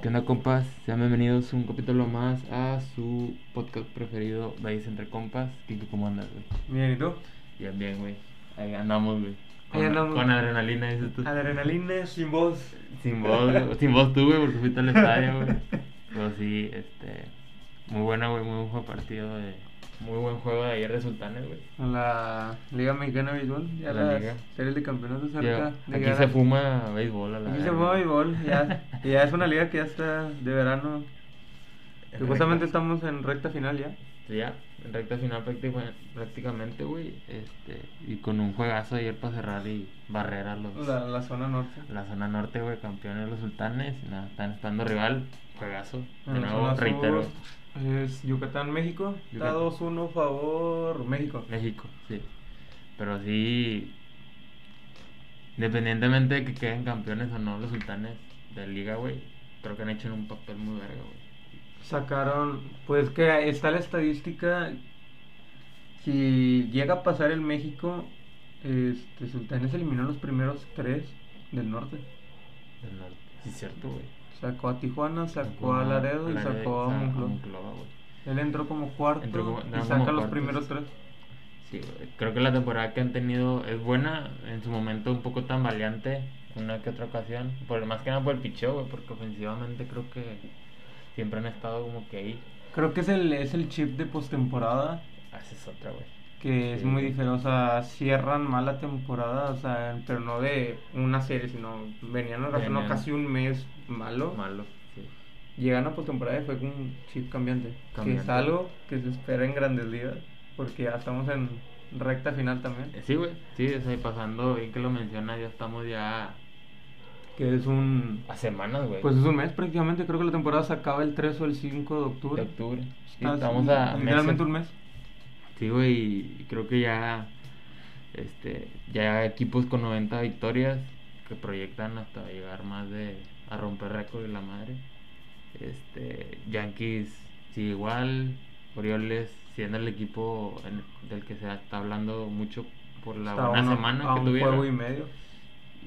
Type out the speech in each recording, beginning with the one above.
¿Qué onda, compas? Sean bienvenidos un capítulo más a su podcast preferido, Days Entre Compas. Kiko, ¿cómo andas, güey? Bien, ¿y tú? Bien, bien, güey. Ahí andamos, güey. Con, Ahí andamos. con adrenalina, dices tú. Adrenalina sin voz. Sin voz, güey. sin voz tú, güey, porque fuiste al estadio, güey. Pero sí, este. Muy buena, güey. Muy buen juego de partido. De, muy buen juego de ayer de Sultanes, güey. En la Liga Mexicana de Béisbol, ya La la Liga. las series de campeonatos cerca. Yo- de Aquí llegar se a- fuma béisbol a la Aquí se verga. fuma béisbol, ya, y ya es una liga que ya está de verano. En Supuestamente recta- estamos en recta final ya. Este, Ya, en recta final prácticamente, prácticamente, güey. Este, y con un juegazo ayer para cerrar y barrer a los La, la zona norte. la zona norte, güey, campeones los sultanes. y Nada, están estando rival, juegazo. En De la nuevo, zona sur reitero. Es Yucatán, México. Está Yucatán. 2-1 favor México. México, sí. Pero sí, independientemente de que queden campeones o no los sultanes de liga, güey, creo que han hecho un papel muy verga, güey. Sacaron, pues que está la estadística. Si llega a pasar el México, este, Sultanes eliminó los primeros tres del norte. Del norte. Sí, es cierto, güey. Sacó a Tijuana, sacó a Laredo y sacó a Monclova. Monclova, güey. Él entró como cuarto Entró como- y no, como saca los cuartos. primeros tres. Sí, güey. creo que la temporada que han tenido es buena, en su momento un poco tambaleante, una que otra ocasión, por, más que nada por el picheo, güey, porque ofensivamente creo que siempre han estado como que ahí. Creo que es el, es el chip de postemporada Haces otra, güey. que es Sí. muy diferente. O sea, cierran mal la temporada, o sea, pero no de una serie, sino venían arrastrando Venían. casi un mes malo. Malo, sí. Llegan a postemporada y fue con un chip cambiante, Que es Cambiante. algo que se espera en grandes ligas, porque ya estamos en recta final también. Eh, Sí, güey, sí, o sea, pasando, bien que lo mencionas, ya estamos ya Que es un. a semanas, güey. Pues es un mes prácticamente, creo que la temporada se acaba el 3 o el 5 de octubre. de octubre. Sí, Ah, estamos sí, a meses. Literalmente un mes. Sí, güey, y creo que ya este ya equipos con 90 victorias que proyectan hasta llegar más de a romper récord de la madre. Este, Yankees sigue igual, Orioles siendo el equipo en- del que se está hablando mucho por la Está buena uno- semana a que un tuvieron juego y medio.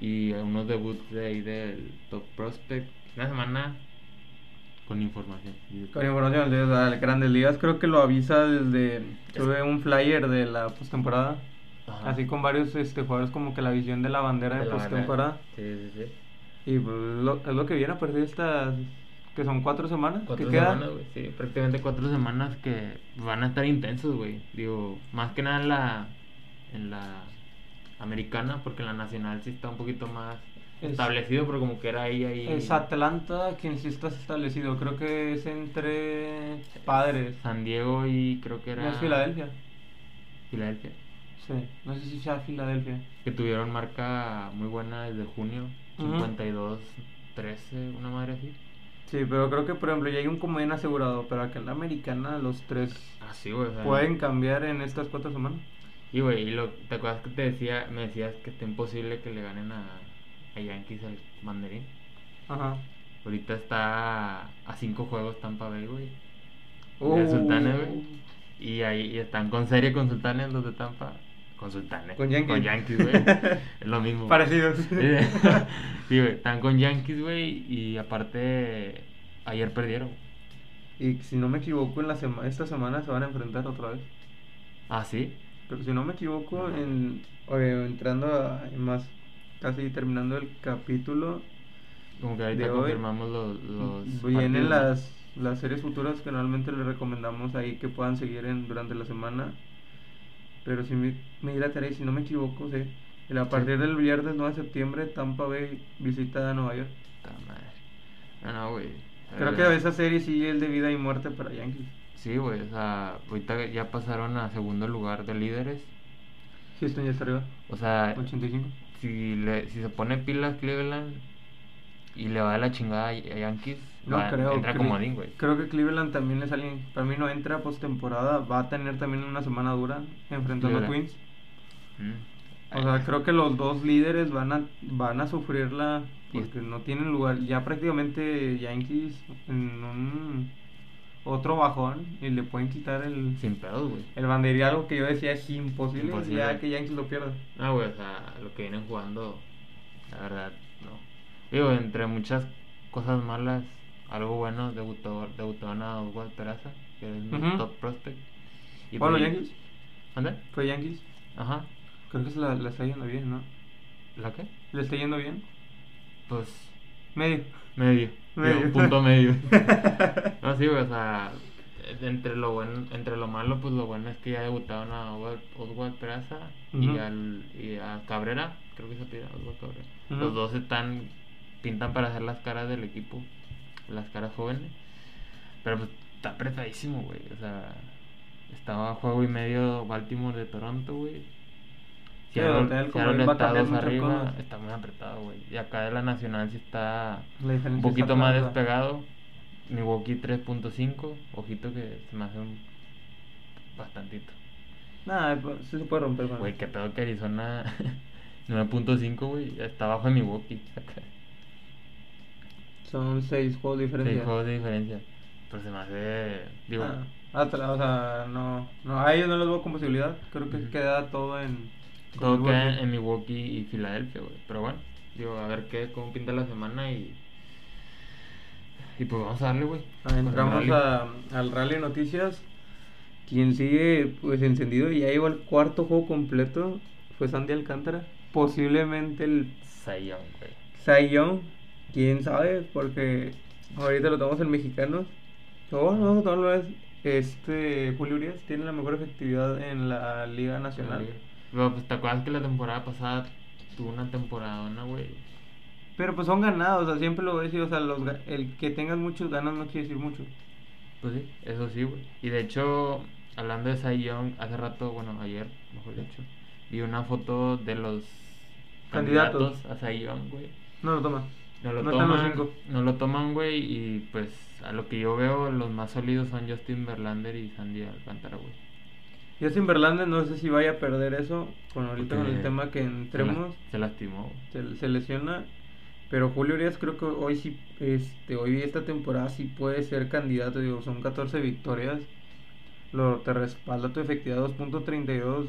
y unos debuts de ahí del Top Prospect, una semana con información. Con información de las grandes ligas, creo que lo avisa desde. Tuve un flyer de la postemporada. Ajá. Así con varios este, jugadores, como que la visión de la bandera de, De la manera- postemporada. Sí, sí, sí. Y pues, lo- es lo que viene a partir de estas. que son cuatro semanas. Cuatro que quedan. semanas, güey, sí, prácticamente cuatro semanas que van a estar intensos, güey. Digo, más que nada en la, en la americana, porque en la nacional sí está un poquito más Es- establecido, pero como que era ahí, ahí. Es Atlanta quien sí está establecido. Creo que es entre padres. San Diego y creo que ¿No Ah, era. es Filadelfia? Filadelfia. Sí. No sé si sea Filadelfia. Que tuvieron marca muy buena desde junio, Ujú. 52-13, una madre así. Sí, pero creo que, por ejemplo, ya hay un comodín asegurado. Pero acá en la americana, los tres Así, Ah, güey. o sea, pueden cambiar en estas cuatro semanas. Y güey, y lo, ¿te acuerdas que te decía, me decías que está imposible que le ganen a, a Yankees al banderín? Ajá. Ahorita está a cinco juegos Tampa Bay, güey. De Sultanes, güey. Y ahí y están con serie con Sultanes los de Tampa. Con Sultanes. Con Yankees. güey. es lo mismo. güey. Parecidos. sí, güey. Están con Yankees, güey. Y aparte, ayer perdieron. y si no me equivoco, en la sema- esta semana se van a enfrentar otra vez. Ah, sí. Pero si no me equivoco, Ajá. en, oye, entrando a- más, casi terminando el capítulo, Como que ahorita De hoy, confirmamos los. los partidos, vienen ¿no? las, las series futuras que normalmente les recomendamos ahí que puedan seguir en, durante la semana. Pero si me, me di la tarea y si no me equivoco, sí. el- A partir del viernes 9 de septiembre, Tampa Bay visita a Nueva York. Puta madre. No, no, güey. Ah. Creo que esa serie sí es de vida y muerte para Yankees. Sí, güey. O sea, ahorita ya pasaron a segundo lugar de líderes. Houston ya está arriba, O sea, 85. si, le, si se pone pilas Cleveland y le va de la chingada a Yankees, No va- creo. entra Cle- como comodín, güey. Creo que Cleveland también es alguien. Para mí no entra postemporada. Va a tener también una semana dura enfrentando a Cleveland. Twins. Mm. O sea, creo que los dos líderes van a, van a sufrirla Y- porque no tienen lugar. Ya prácticamente Yankees en un otro bajón y le pueden quitar el, Sin pedos, güey. el banderín, algo que yo decía es imposible, Imposible. ya que Yankees lo pierda. No, güey, o sea, lo que vienen jugando, la verdad, no. Digo, entre muchas cosas malas, algo bueno, debutó, debutaron a Hugo Peraza, que es mi Ujú. top prospect. ¿Fueron los pues- Yankees? ¿Ande? ¿Fue Yankees? Ajá. Creo que se la, la está yendo bien, ¿no? ¿La qué? ¿Le está yendo bien? Pues Medio. medio. Medio. Digo, punto medio. no, sí, güey, o sea, entre lo, bueno, entre lo malo, pues lo bueno es que ya debutaron a Oswald, Oswald Peraza y, Ujú. al, y a Cabrera, creo que se pide Oswald Cabrera. Ujú. Los dos están, pintan para hacer las caras del equipo, las caras jóvenes. Pero pues está apretadísimo, güey, o sea, estaba a juego y medio Baltimore de Toronto, güey. Sí, pero Seattle- también el Seattle comodín va a está cambiar dos muchas arriba, cosas. está muy apretado, güey. Y acá de la Nacional sí está La diferencia un está poquito más clara. despegado. Milwaukee 3.5. Ojito que se me hace un bastantito. Nah, pues, sí se puede romper, con Güey, eso. qué pedo que Arizona 9.5, güey. Está abajo de Milwaukee. Son seis juegos diferentes. Seis juegos de diferencia. Pero se me hace. Digo, Ah, atra- o sea, no, no, a ellos no les veo con posibilidad. Creo que Ujú. queda todo en. con todo Milwaukee. queda en Milwaukee y Filadelfia, güey. Pero bueno, digo, a ver qué, cómo pinta la semana y. Y pues vamos a darle, güey. Ah, Entramos Con el rally. a- al Rally Noticias. Quien sigue pues encendido y ya llegó al cuarto juego completo fue Sandy Alcántara. Posiblemente el Cy Young, güey. Cy Young. Quién sabe, porque ahorita lo tomamos en mexicanos. O no, no lo es. Este Julio Urias tiene la mejor efectividad en la Liga Nacional. Pero pues te acuerdas que la temporada pasada tuvo una temporadona, güey. Pero pues son ganados, o sea, siempre lo voy a decir, o sea, los, ga- el que tengas muchos ganas no quiere decir mucho. Pues sí, eso sí, güey. Y de hecho, hablando de Cy Young, hace rato, bueno, ayer, mejor dicho, vi una foto de los Candidatos. candidatos, a Cy Young, güey. No lo toma. No lo No están los toman, cinco. no lo toman, güey, y pues a lo que yo veo, los más sólidos son Justin Verlander y Sandy Alcántara, güey. Justin Verlander no sé si vaya a perder eso con ahorita con el Porque tema que Se, las- entremos, se lastimó, güey. se, se lesiona, pero Julio Urias creo que hoy sí, este, hoy esta temporada sí puede ser candidato, digo, son 14 victorias, lo te respalda tu efectividad 2.32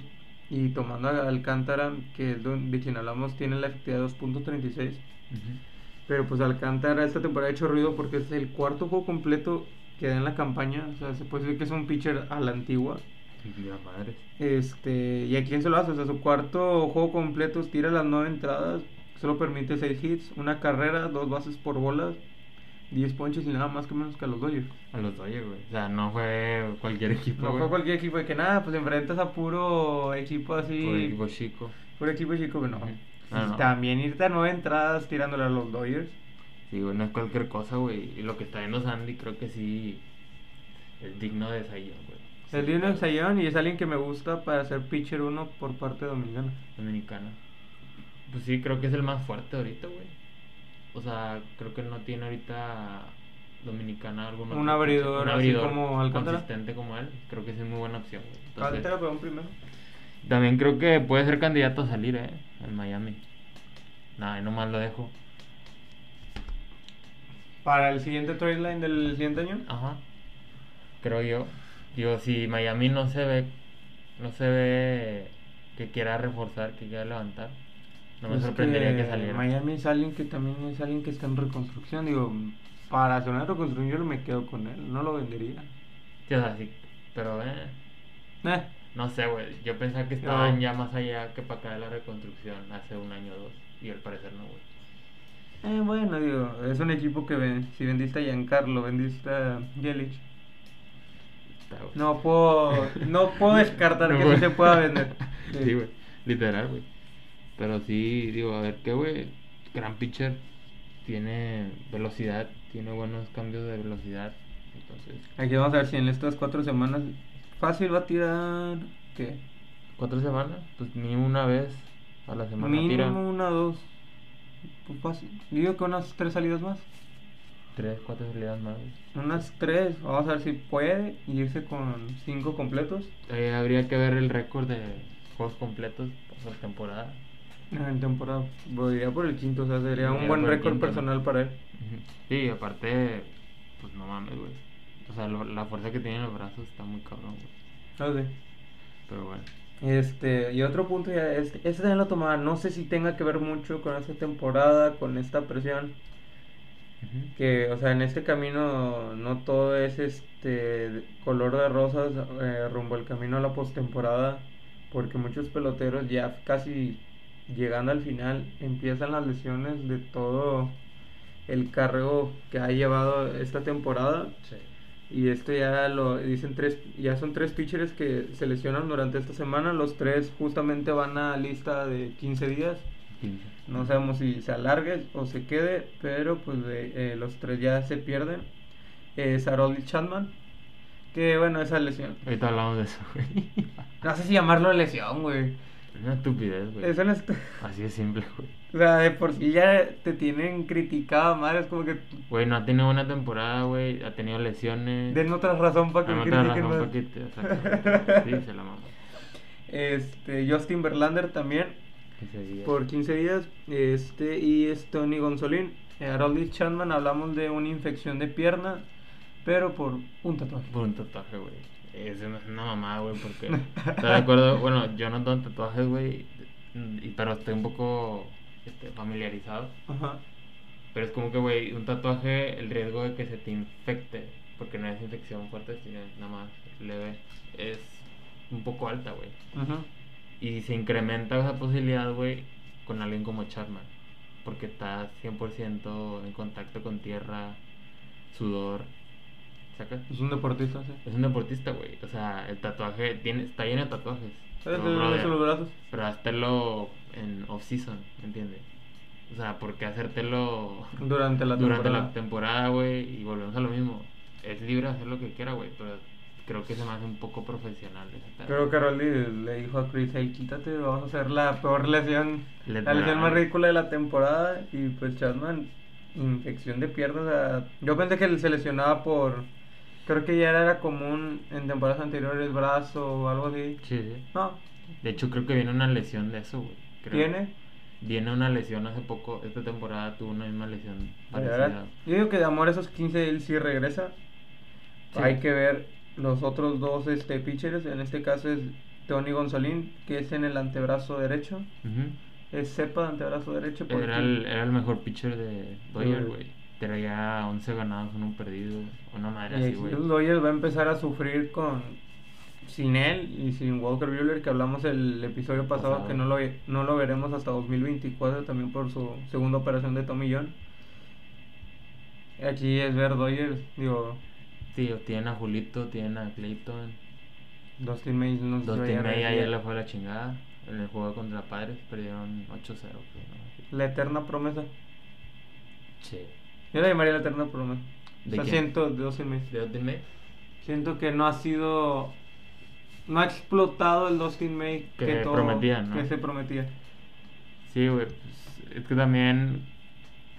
y tomando a Alcántara, que es don- de quien hablamos, tiene la efectividad 2.36. Ujú. Pero pues Alcántara esta temporada ha hecho ruido porque es el cuarto juego completo que da en la campaña. O sea, se puede decir que es un pitcher a la antigua. Y la madre. Este, ¿y a quién se lo hace? O sea, su cuarto juego completo tira las nueve entradas, solo permite seis hits, una carrera, dos bases por bolas, 10 ponches y nada más que menos que a los Dodgers. A los Dodgers, güey. O sea, no fue cualquier equipo, No güey. fue cualquier equipo de que nada, pues enfrentas a puro equipo así. Por equipo chico. Puro equipo chico que no. Ujú. Ah, Y no. También irte a nueve entradas tirándole a los Dodgers. Sí, güey, no es cualquier cosa, güey. Y lo que está viendo Sandy creo que sí es digno de Sayon, güey. El Dino Ensayón y es alguien que me gusta para ser pitcher 1 por parte dominicana. Dominicana. Pues sí, creo que es el más fuerte ahorita, güey. O sea, creo que no tiene ahorita Dominicana algún Un otro abridor conse- así como Alcántara. consistente como él. Creo que sí es muy buena opción, güey. Entonces, Alcántara fue un primero. También creo que puede ser candidato a salir, eh, en Miami. Nada, ahí nomás lo dejo. Para el siguiente trade line del siguiente año. Ajá. Creo yo. Digo, si Miami no se ve, no se ve que quiera reforzar, que quiera levantar, no me Pues Es sorprendería que, saliera. Miami es alguien que también es alguien que está en reconstrucción. Digo, para hacer una reconstrucción yo me quedo con él. No lo vendería. Sí, o sea, sí, pero eh, Eh, no sé, güey. Yo pensaba que estaban No. ya más allá que para acá de la reconstrucción hace un año o dos. Y al parecer no, güey. eh, bueno, digo, es un equipo que ven- si vendiste a Giancarlo, vendiste a Jelic. Está, güey. No puedo, no puedo descartar No que puedo. sí se pueda vender. Sí, güey. Literal, güey. Pero sí, digo, a ver qué, güey. Gran pitcher. Tiene velocidad. Tiene buenos cambios de velocidad. Entonces, Aquí vamos a ver si en estas cuatro semanas fácil va a tirar ¿qué? cuatro semanas, pues mínimo una vez a la semana mínimo tiran. una dos. Pues fácil. Digo que unas tres salidas más. Tres, cuatro salidas más. güey. Unas tres. Vamos a ver si puede irse con cinco completos Eh, habría que ver el récord de juegos completos por temporada. en temporada. Iría por el quinto, o sea, sería un Iría buen por el récord quinto, ¿no? personal para él. Ujú. Sí, aparte, pues no mames, güey. O sea, lo- la fuerza que tienen los brazos está muy cabrón, güey. No sé. Pero bueno. Este, y otro punto ya, este, este también lo tomaba, no sé si tenga que ver mucho con esta temporada, con esta presión, Ujú. que, o sea, en este camino no todo es este color de rosas eh, rumbo al camino a la postemporada, porque muchos peloteros ya casi llegando al final empiezan las lesiones de todo el cargo que ha llevado esta temporada. Sí. Y esto ya lo dicen tres, ya son tres pitchers que se lesionan durante esta semana. Los tres justamente van a lista de 15 días. 15. No sabemos si se alargue o se quede, pero pues de- eh, los tres ya se pierden. Eh, Saroli Chapman, que bueno, esa lesión. Ahorita hablamos de eso, güey. No sé si llamarlo lesión, güey. Es una estupidez, güey. Es una est- Así de simple, güey. O sea, de por sí ya te tienen criticado, madre. Es como que Güey, no ha tenido buena temporada, güey. Ha tenido lesiones. den otra razón para Dame que me otra critiquen razón más. pa' que te- exactamente, güey. Sí, se la mamó. Este, Justin Verlander también, Ese día. por 15 días. Este, y es Tony Gonzolín. Eh, Harold Chapman, hablamos de una infección de pierna, pero por un tatuaje. Por un tatuaje, güey. Es una, es una mamada, güey, porque. ¿Estás de acuerdo? Bueno, yo no tengo tatuajes, güey. y- Pero estoy un poco este, familiarizado. Ajá. Pero es como que, güey, un tatuaje, el riesgo de que se te infecte, porque no es infección fuerte, sino nada más leve, es un poco alta, güey. Ajá. Y se incrementa esa posibilidad, güey, con alguien como Charman, porque está 100% en contacto con tierra, sudor, ¿sacas? Es un deportista, sí. Es un deportista, güey. O sea, el tatuaje tiene, está lleno de tatuajes. ¿Sabes? No, Te brother. duelen los brazos. Pero háztelo en off-season, ¿me entiendes? O sea, ¿por qué hacértelo Durante la durante temporada. la temporada, güey, y volvemos a lo mismo. Es libre de hacer lo que quiera, güey, pero creo que se me hace un poco profesional. esa tarde. Creo que Rolly le dijo a Chris, "Ey, quítate, vamos a hacer la peor lesión, la Letal. lesión más ridícula de la temporada. Y pues Chapman, infección de piernas. o sea, yo pensé que se lesionaba por, creo que ya era común en temporadas anteriores, brazo o algo así. Sí, sí. No, De hecho, creo que viene una lesión de eso, güey. creo. tiene. Viene una lesión hace poco. Esta temporada tuvo una misma lesión Ahora, parecida. Yo digo que de amor esos 15 él sí regresa. Sí. Hay que ver los otros dos este, pitchers. En este caso es Tony Gonzolín, que es en el antebrazo derecho. Ujú. Es cepa de antebrazo derecho. porque- Era el, era el mejor pitcher de Dodger, Dodger. güey. Traía 11 ganados, uno perdido. Una madre y así, Hughes güey. Dodgers va a empezar a sufrir con sin él y sin Walker Buehler, que hablamos el episodio pasado, Pasado. que no lo, no lo veremos hasta 2024, también por su segunda operación de Tommy John. Aquí es ver Dodgers, digo, Sí, tienen a Julito, tienen a Clayton. Dustin May no sé si Dos vaya a y media ayer regresar. le fue la chingada. En el juego contra Padres perdieron 8-0. creo, ¿no? La eterna promesa. Che. Yo la llamaría la eterna promesa. ¿De o sea, quién? siento, de 12 meses. ¿De dónde me? Siento que no ha sido. No ha explotado el Dustin May Que prometía, ¿no? que se prometía. Sí, güey. pues, es que también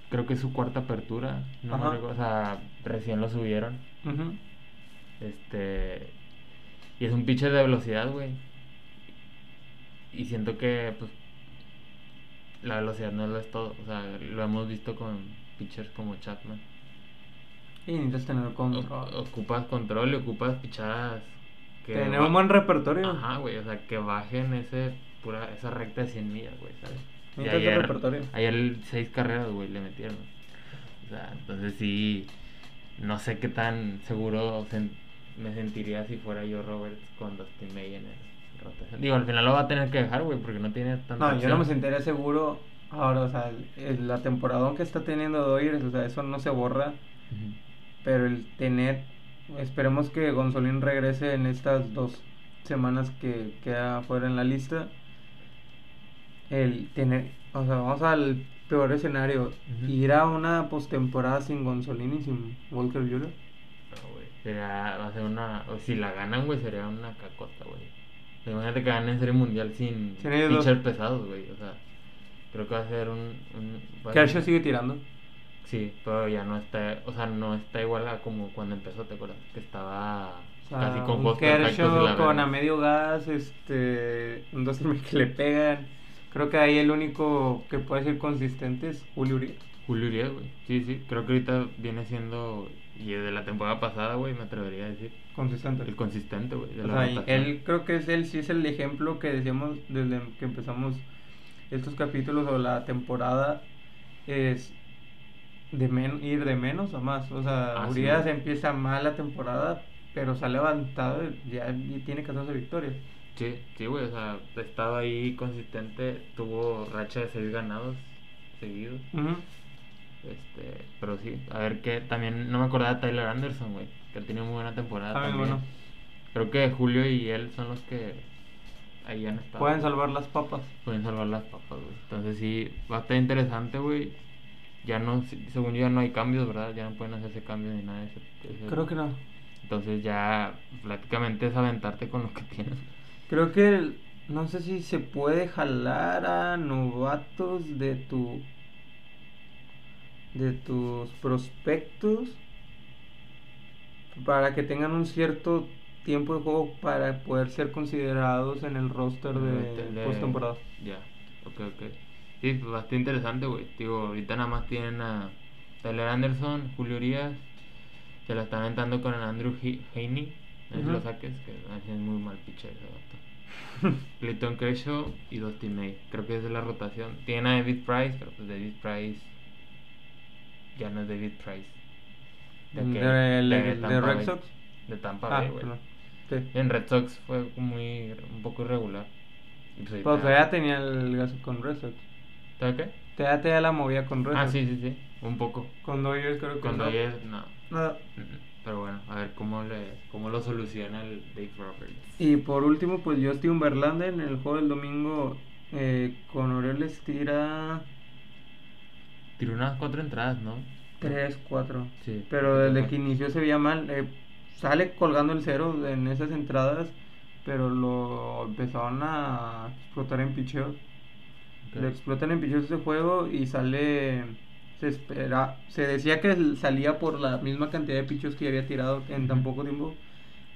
creo que es su cuarta apertura. No me Ajá. recuerdo, O sea, recién lo subieron. Ujú. Este. Y es un pitcher de velocidad, güey. Y siento que, pues. La velocidad no lo es todo. O sea, lo hemos visto con pitchers como Chapman. Y necesitas tener control. O- ocupas control y ocupas pichadas. que tener va- un buen repertorio. Ajá, güey, o sea, que bajen ese pura, esa recta de 100 millas, güey, ¿sabes? Y Nunca es de ayer, repertorio. ayer seis carreras, güey, le metieron. O sea, entonces sí, no sé qué tan seguro sen- me sentiría si fuera yo, Robert, con Dustin May en el rotación. Digo, al final lo va a tener que dejar, güey, porque no tiene tanta No, yo no me opción. sentiría seguro. Ahora, o sea, el- el- la temporada que está teniendo Dodgers, o sea, eso no se borra. Ujú. Pero el tener, esperemos que Gonzolín regrese en estas dos semanas que queda fuera en la lista. El tener, o sea, vamos al peor escenario, Ujú. ir a una postemporada sin Gonzolín y sin Walker Buehler. No, güey, sería, va a ser una, o si la ganan, güey, sería una cacota, güey. O sea, Imagínate que ganen Serie Mundial sin Sin ellos dos. pitcher pesados, güey, o sea, creo que va a ser un... un va a ser- Kershaw sigue tirando. Sí, pero ya no está, o sea, no está igual a como cuando empezó, ¿te acuerdas? Que estaba O sea, casi con un juegos perfectos y Kershaw la con verga. a medio gas, este, un dos que le pegan. Creo que ahí el único que puede ser consistente es Julio Urias. Julio Urias, güey. Sí, sí, creo que ahorita viene siendo, y desde la temporada pasada, güey, me atrevería a decir, Consistente. el consistente, güey, de O la sea, y rotación. él creo que es él sí es el ejemplo que decíamos desde que empezamos estos capítulos o la temporada es de men- ir de menos a más. O sea, Ah, sí. Urias empieza mal la temporada, pero se ha levantado y ya y tiene 14 victorias. Sí, sí, güey, o sea, ha estado ahí consistente, tuvo racha de seis ganados seguidos. Este, pero sí, a ver que también no me acordaba de Tyler Anderson, güey, que ha tenido muy buena temporada. Ah, bien, también. bueno. Creo que Julio y él son los que ahí han estado. Pueden salvar las papas. Pueden salvar las papas, güey. Entonces sí, va a estar interesante, güey. Ya no, según yo ya no hay cambios, ¿verdad? Ya no pueden hacerse cambios ni nada de eso. Entonces- Creo que no. Entonces ya pues, prácticamente es aventarte con lo que tienes. Creo que el- no sé si se puede jalar a novatos de tu de tus prospectos para que tengan un cierto tiempo de juego para poder ser considerados en el roster de, Mm, este, De- postemporada. Ya, ok, ok. Sí, pues, bastante interesante, güey. Digo, ahorita nada más tienen a Tyler Anderson, Julio Urias. Se la están aventando con Andrew He- Haney. No sé si lo Ujú. saques, que es muy mal pitcher ese vato. Clayton Kershaw y Dustin May. Creo que esa es la rotación. Tienen a David Price, pero pues David Price ya no es David Price. Mm, ¿De, aquel- de- de Tampa Red Bay. Sox? De Tampa Ah, Bay, güey. perdón. Sí. En Red Sox fue muy un poco irregular. Y pues Pero ahorita- todavía tenía el gaso con Red Sox. ¿Sabe qué? Todavía, todavía la movía con Red Ah, Sox. sí, sí, sí. Un poco. Con Dodgers creo que Cuando no. ayer, no. Nada. Mm, Pero bueno, a ver cómo, le, cómo lo soluciona el Dave Roberts. Y por último, pues Justin Verlander en el juego del domingo eh, con Orioles tira Tiró unas cuatro entradas, ¿no? 3-4. Sí. Pero desde Ajá. que inició se veía mal. eh, sale colgando el cero en esas entradas, pero lo empezaron a explotar en picheo. Ok. Lo explotan en picheo ese juego y sale. Se, espera, se decía que l- salía por la misma cantidad de pichos que había tirado en tan Ujú. poco tiempo.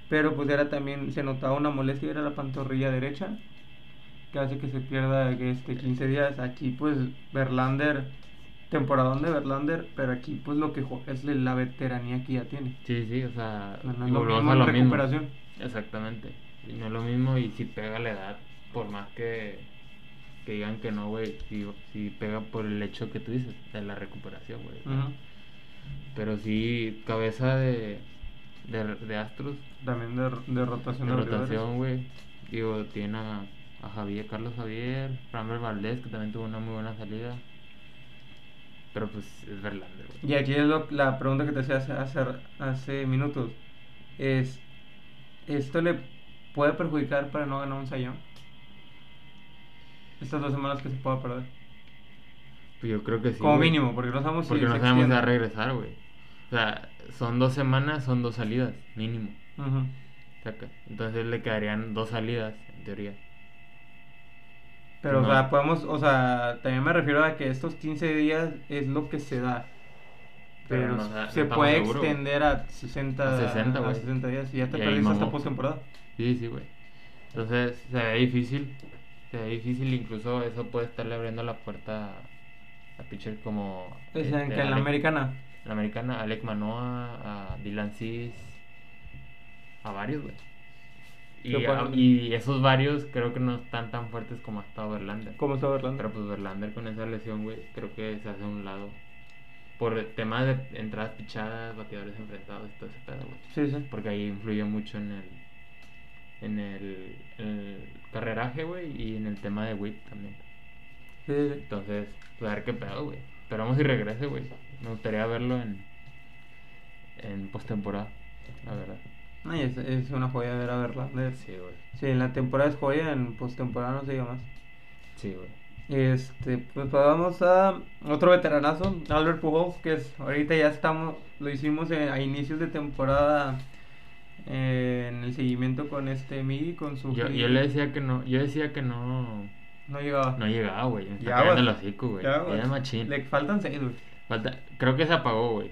Pero pues era también, se notaba una molestia, era la pantorrilla derecha, que hace que se pierda este, 15 días. Aquí pues Verlander, temporadón de Verlander, pero aquí pues lo que juega es la veteranía que ya tiene. Sí, sí, o sea. No, no y es lo volvemos mismo a en lo mismo. recuperación. Exactamente. Y no es lo mismo y si pega la edad, por más que, que digan que no, güey, si, si pega por el hecho que tú dices, de la recuperación, güey. o sea. Ujú. Pero sí, cabeza de, de, de Astros, También de, de rotación de de abridores. rotación, güey. Digo, tiene a, a Javier, Carlos Javier, Framber Valdés, que también tuvo una muy buena salida. Pero pues es Verlander, güey. Y aquí es lo- la pregunta que te hacía hace, hace, hace minutos. Es, ¿Esto le puede perjudicar para no ganar un sayón? Estas dos semanas que se pueda perder. Pues yo creo que sí. Como güey. mínimo, porque no sabemos Porque si no se sabemos si va a extiende. regresar, güey. O sea, son dos semanas, son dos salidas, mínimo. Ujú. Saca. Entonces le quedarían dos salidas, en teoría. Pero, Pues No. o sea, podemos, o sea, también me refiero a que estos 15 días es lo que se da. Pero Pero, no sa- no se estamos puede seguros, güey. extender a 60, A 60, güey. 60 días y ya te Y ahí perdiste esta mamó. postemporada. Sí, sí, güey. Entonces se ve difícil. Se ve difícil, incluso eso puede estarle abriendo la puerta a, a pitcher como. O sea, este, que en la Alec- americana. La americana, Alec Manoa, a Dylan Cis, a varios, güey. Y, Que a- ponen- y esos varios creo que no están tan fuertes como ha estado Verlander. ¿Cómo está Orlando? Pero pues Verlander con esa lesión, güey, creo que se hace a un lado. Por temas de entradas pichadas, bateadores enfrentados, todo ese pedo, güey. Sí, sí. Porque ahí influye mucho en el, en el, el carreraje, güey, y en el tema de whip también. Sí, sí, sí. Entonces, pues a ver qué pedo, güey. Esperamos si regrese, güey. Me gustaría verlo en, en postemporada, la verdad. Ay, es, es una joya ver a Verlander. Sí. Sí, güey. en la temporada es joya, en postemporada no se diga más. Sí, güey. Este, pues pasamos a otro veteranazo, Albert Pujols, que es ahorita ya estamos, lo hicimos en- a inicios de temporada eh, en el seguimiento con este Miggy, con su... Yo, yo le decía que no, yo decía que no, No llegaba. no llegaba, güey. Me está Ya, cayendo el güey. hocico, güey. Ya, güey. Era machín. Le faltan seis, güey. Sí, Falta- creo que se apagó, güey.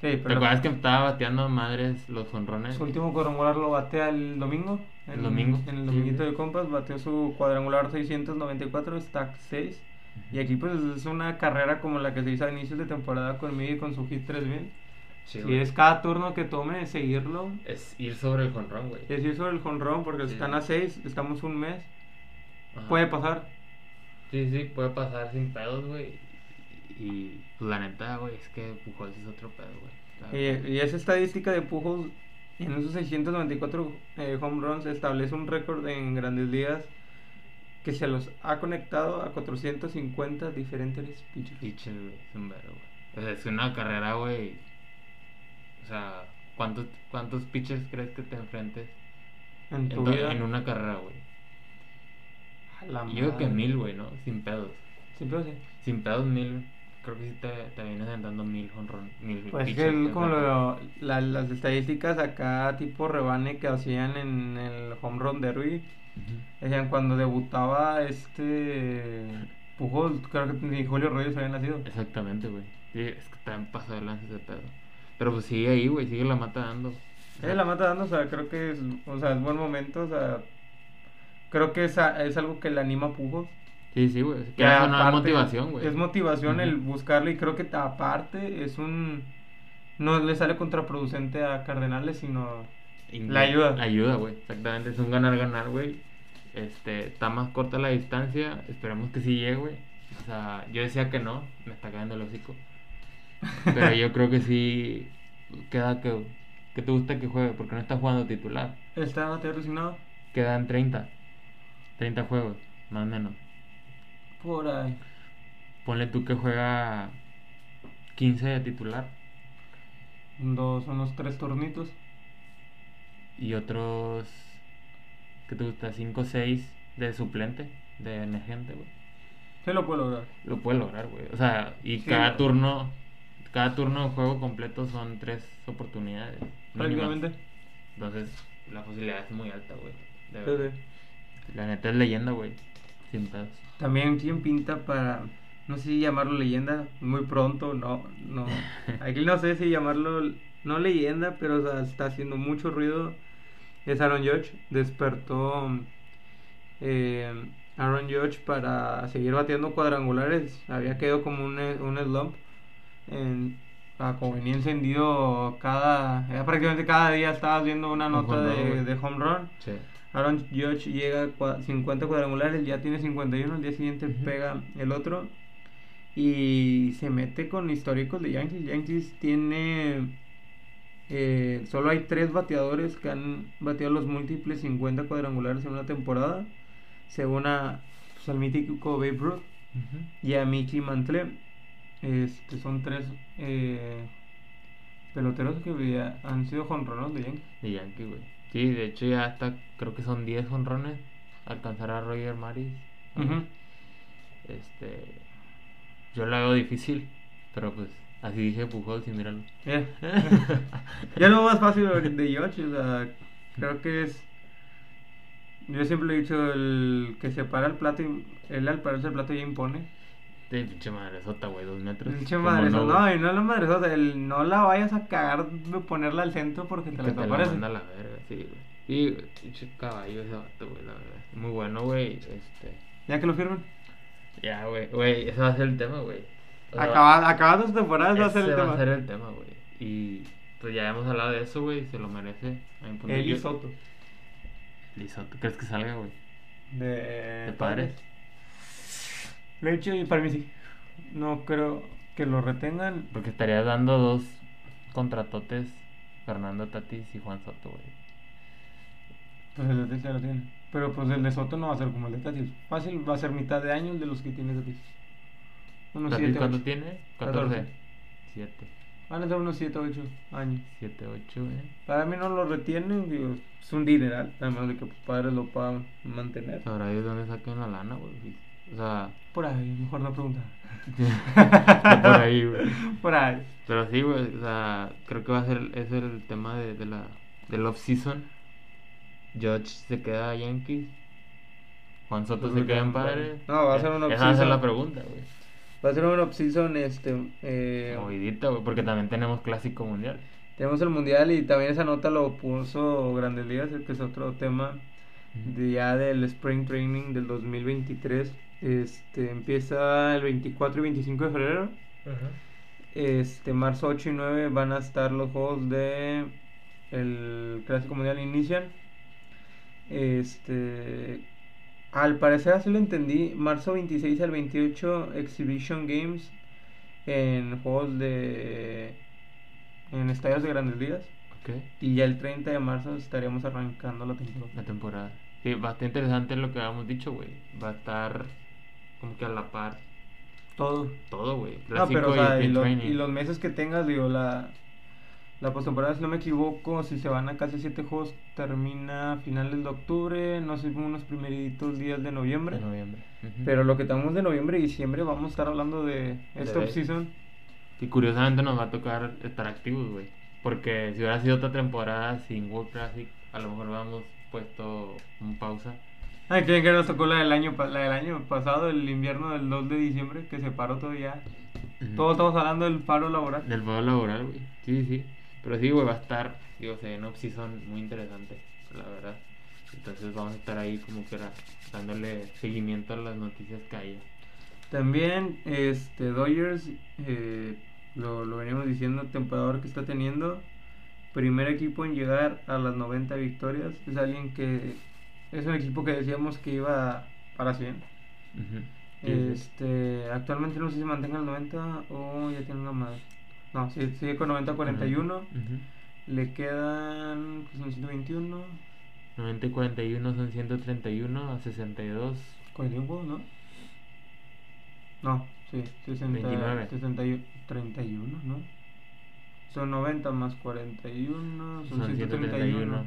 ¿Te pero acuerdas que estaba bateando a madres los jonrones? su último cuadrangular lo batea el domingo. Ah, El en- domingo, En el sí, dominguito güey. de compas, bateó su cuadrangular 694, stack 6. Y aquí pues es una carrera como la que se hizo a inicios de temporada con Miggy con su hit 3000. Sí, Si güey. es cada turno que tome, seguirlo. Es ir sobre el jonrón, güey. Es ir sobre el jonrón porque Sí. están a 6, estamos un mes. Ajá. Puede pasar. Sí, sí, puede pasar sin pedos, güey. Y- Y pues, la neta, güey, es que Pujols es otro pedo, güey. La Eh, Y, y esa estadística de Pujols en esos 694 eh, home runs establece un récord en Grandes Ligas que se los ha conectado a 450 diferentes pitchers. Pitcher, güey, es un verbo, güey. O sea, es una carrera, güey. O sea, ¿cuántos, ¿cuántos pitchers crees que te enfrentes En tu to- vida. en una carrera, güey? A la Yo creo que madre. mil, güey, ¿no? Sin pedos. Siempre así. Sin pedos, mil. Creo que sí te, te vienes aventando mil honrón. Mil Pues es que pitchers, él, te como enfrentas. lo- la- las estadísticas acá, tipo rebane que hacían en el home run derby, Ujú. decían cuando debutaba este Pujol, creo que ni Julio Reyes había nacido. Exactamente, güey. Sí, es que está en paso de lanza ese pedo. Pero pues sigue ahí, güey, sigue la mata dando. Eh, la mata dando, o sea, creo que es, o sea, es buen momento, o sea, creo que es, a- es algo que le anima a Pujol. Sí, sí, güey. Que Que eso no es aparte motivación, güey. Es motivación el Ujú. buscarle y creo que aparte es un... No le sale contraproducente a Cardenales, sino... In- La ayuda. La ayuda, güey. Exactamente. Es un ganar-ganar, güey. Este, está más corta la distancia. Esperemos que sí llegue, güey. O sea, yo decía que no. Me está cayendo el hocico. Pero yo creo que sí. Queda que. ¿Qué te gusta que juegue? Porque no está jugando titular. Está aterrorizado Quedan 30. 30 juegos, más o menos. por ahí. Ponle tú que juega 15 de titular Dos, unos tres tornitos. y otros. ¿Qué te gusta? 5 o 6 de suplente, de emergente, güey. Se lo puede lograr. Lo puede lograr, güey. O sea, y Sí, cada güey. turno, cada turno de juego completo son tres oportunidades. mínimas. Prácticamente. Entonces, la posibilidad es muy alta, güey. de Sí, verdad. sí. La neta es leyenda, güey. Sin pedos. También quien pinta para, no sé si llamarlo leyenda, muy pronto, no, no. Aquí no sé si llamarlo, no leyenda, pero o sea, está haciendo mucho ruido. Es Aaron Judge, despertó eh, Aaron Judge para seguir batiendo cuadrangulares. Había quedado como un, un slump. En, ah, como venía encendido cada, era prácticamente cada día estabas viendo una Un nota home run, de, güey. de home run. Sí. Aaron Judge llega a cua- 50 cuadrangulares, ya tiene 51, al día siguiente Ujú. pega el otro y se mete con históricos de Yankees. Yankees tiene... eh, solo hay tres bateadores que han bateado los múltiples 50 cuadrangulares en una temporada, según a, pues, al mítico Babe Ruth y a Mickey Mantle. Este, son tres eh, peloteros que había- han sido jonroneros de Yankees. De Yankee, güey. Sí, de hecho ya hasta creo que son 10 honrones. Alcanzar a Roger Maris. Ujú. Este. Yo la veo difícil, pero pues así dije Pujols y míralo. Eh. Ya lo más fácil de George, o sea, creo que es. Yo siempre he dicho: el que separa el plato, y- él al pararse el plato ya impone. De pinche madresota, güey, dos metros. Pinche ¿Cómo madre, no, güey? y no la madre, o sea, el no la vayas a cagar de ponerla al centro porque te Que la te la desaparece. manda a la verga, sí, güey. Sí, güey, pinche caballo ese vato, güey, la verdad. Muy bueno, güey. Este. Ya que lo firman. Ya, güey, güey, ese va a ser el tema, güey. O sea, Acaba- Acabadas tus temporadas, va a ser ese el va a ser tema. el tema, güey. Y pues ya hemos hablado de eso, güey, se lo merece. A mi punto de Él y vista. Soto. Lisoto, ¿crees que salga, güey? De, ¿De padres? Lo he hecho y para mí sí. No creo que lo retengan. Porque estaría dando dos contratotes Fernando Tatis y Juan Soto, güey. Pues el de Tatis ya lo tiene. Pero pues el de Soto no va a ser como el de Tatis. Fácil, va a ser mitad de año el de los que tiene Tatis. Unos ¿Tatis 7 cuánto tiene? 14. Catorce. 7. Van a ser unos 7 8 años. 7, 8, güey. Para mí no lo retienen, digo, es un dineral. A menos de que pues, padres lo puedan mantener. Sabrá Dios dónde saquen la lana, güey. O sea, Por ahí, mejor no preguntar. por ahí, güey. Por ahí. Pero sí, güey, o sea, creo que va a ser es el tema de, de la del off-season. George se queda a Yankees. Juan Soto se queda en Padres. Pues No, va a ser Esa un va a ser off-season. la pregunta, güey. Va a ser un off-season, este. eh, Movidita, güey, porque también tenemos Clásico Mundial. tenemos el mundial y también esa nota lo puso Grandes Ligas, que es otro tema. de ya del Spring Training del 2023. Este empieza el 24 y 25 de febrero. Este marzo 8 y 9 van a estar los juegos de el Clásico Mundial inician. Este al parecer así lo entendí, marzo 26 al 28 Exhibition Games en juegos de. en estadios de grandes ligas. Ok. Y ya el 30 de marzo estaríamos arrancando la temporada. La temporada. Sí, bastante interesante lo que habíamos dicho, güey. Va a estar como que a la par Todo. todo, güey. Ah, pero Clásico o sea, y, sprint los, training. y los meses que tengas, digo, la, la postemporada, si no me equivoco, si se van a casi siete juegos, termina finales de octubre, no sé, unos primeritos días de noviembre. De noviembre. Ujú. Pero lo que estamos de noviembre y diciembre, vamos a estar hablando de esta De- off-season. Y curiosamente nos va a tocar estar activos, güey. Porque si hubiera sido otra temporada sin World Classic, a lo mejor hubiéramos puesto un pausa. Ah, ¿creen que nos tocó la del, año, pa- la del año pasado, el invierno del 2 de diciembre, que se paró todavía? Todos estamos hablando del paro laboral. Del paro laboral, güey. Sí, sí. Pero sí, güey, va a estar, digo, se ven off-season muy interesantes, la verdad. Entonces vamos a estar ahí como que era, dándole seguimiento a las noticias que haya. También, este, Dodgers, eh, lo, lo veníamos diciendo, temporador que está teniendo, primer equipo en llegar a las 90 victorias, es alguien que, es un equipo que decíamos que iba para 100. Ujú. Sí, sí. Este, actualmente no sé si mantenga el 90 o ya tiene una más. No, sí- sigue con 90 41, Ujú. le quedan, pues, son 121, 90 y 41 son 131 a 62. 41 juegos, ¿no? No, sí, 60, 29. 61, 31, ¿no? Son 90 más 41, son, 131,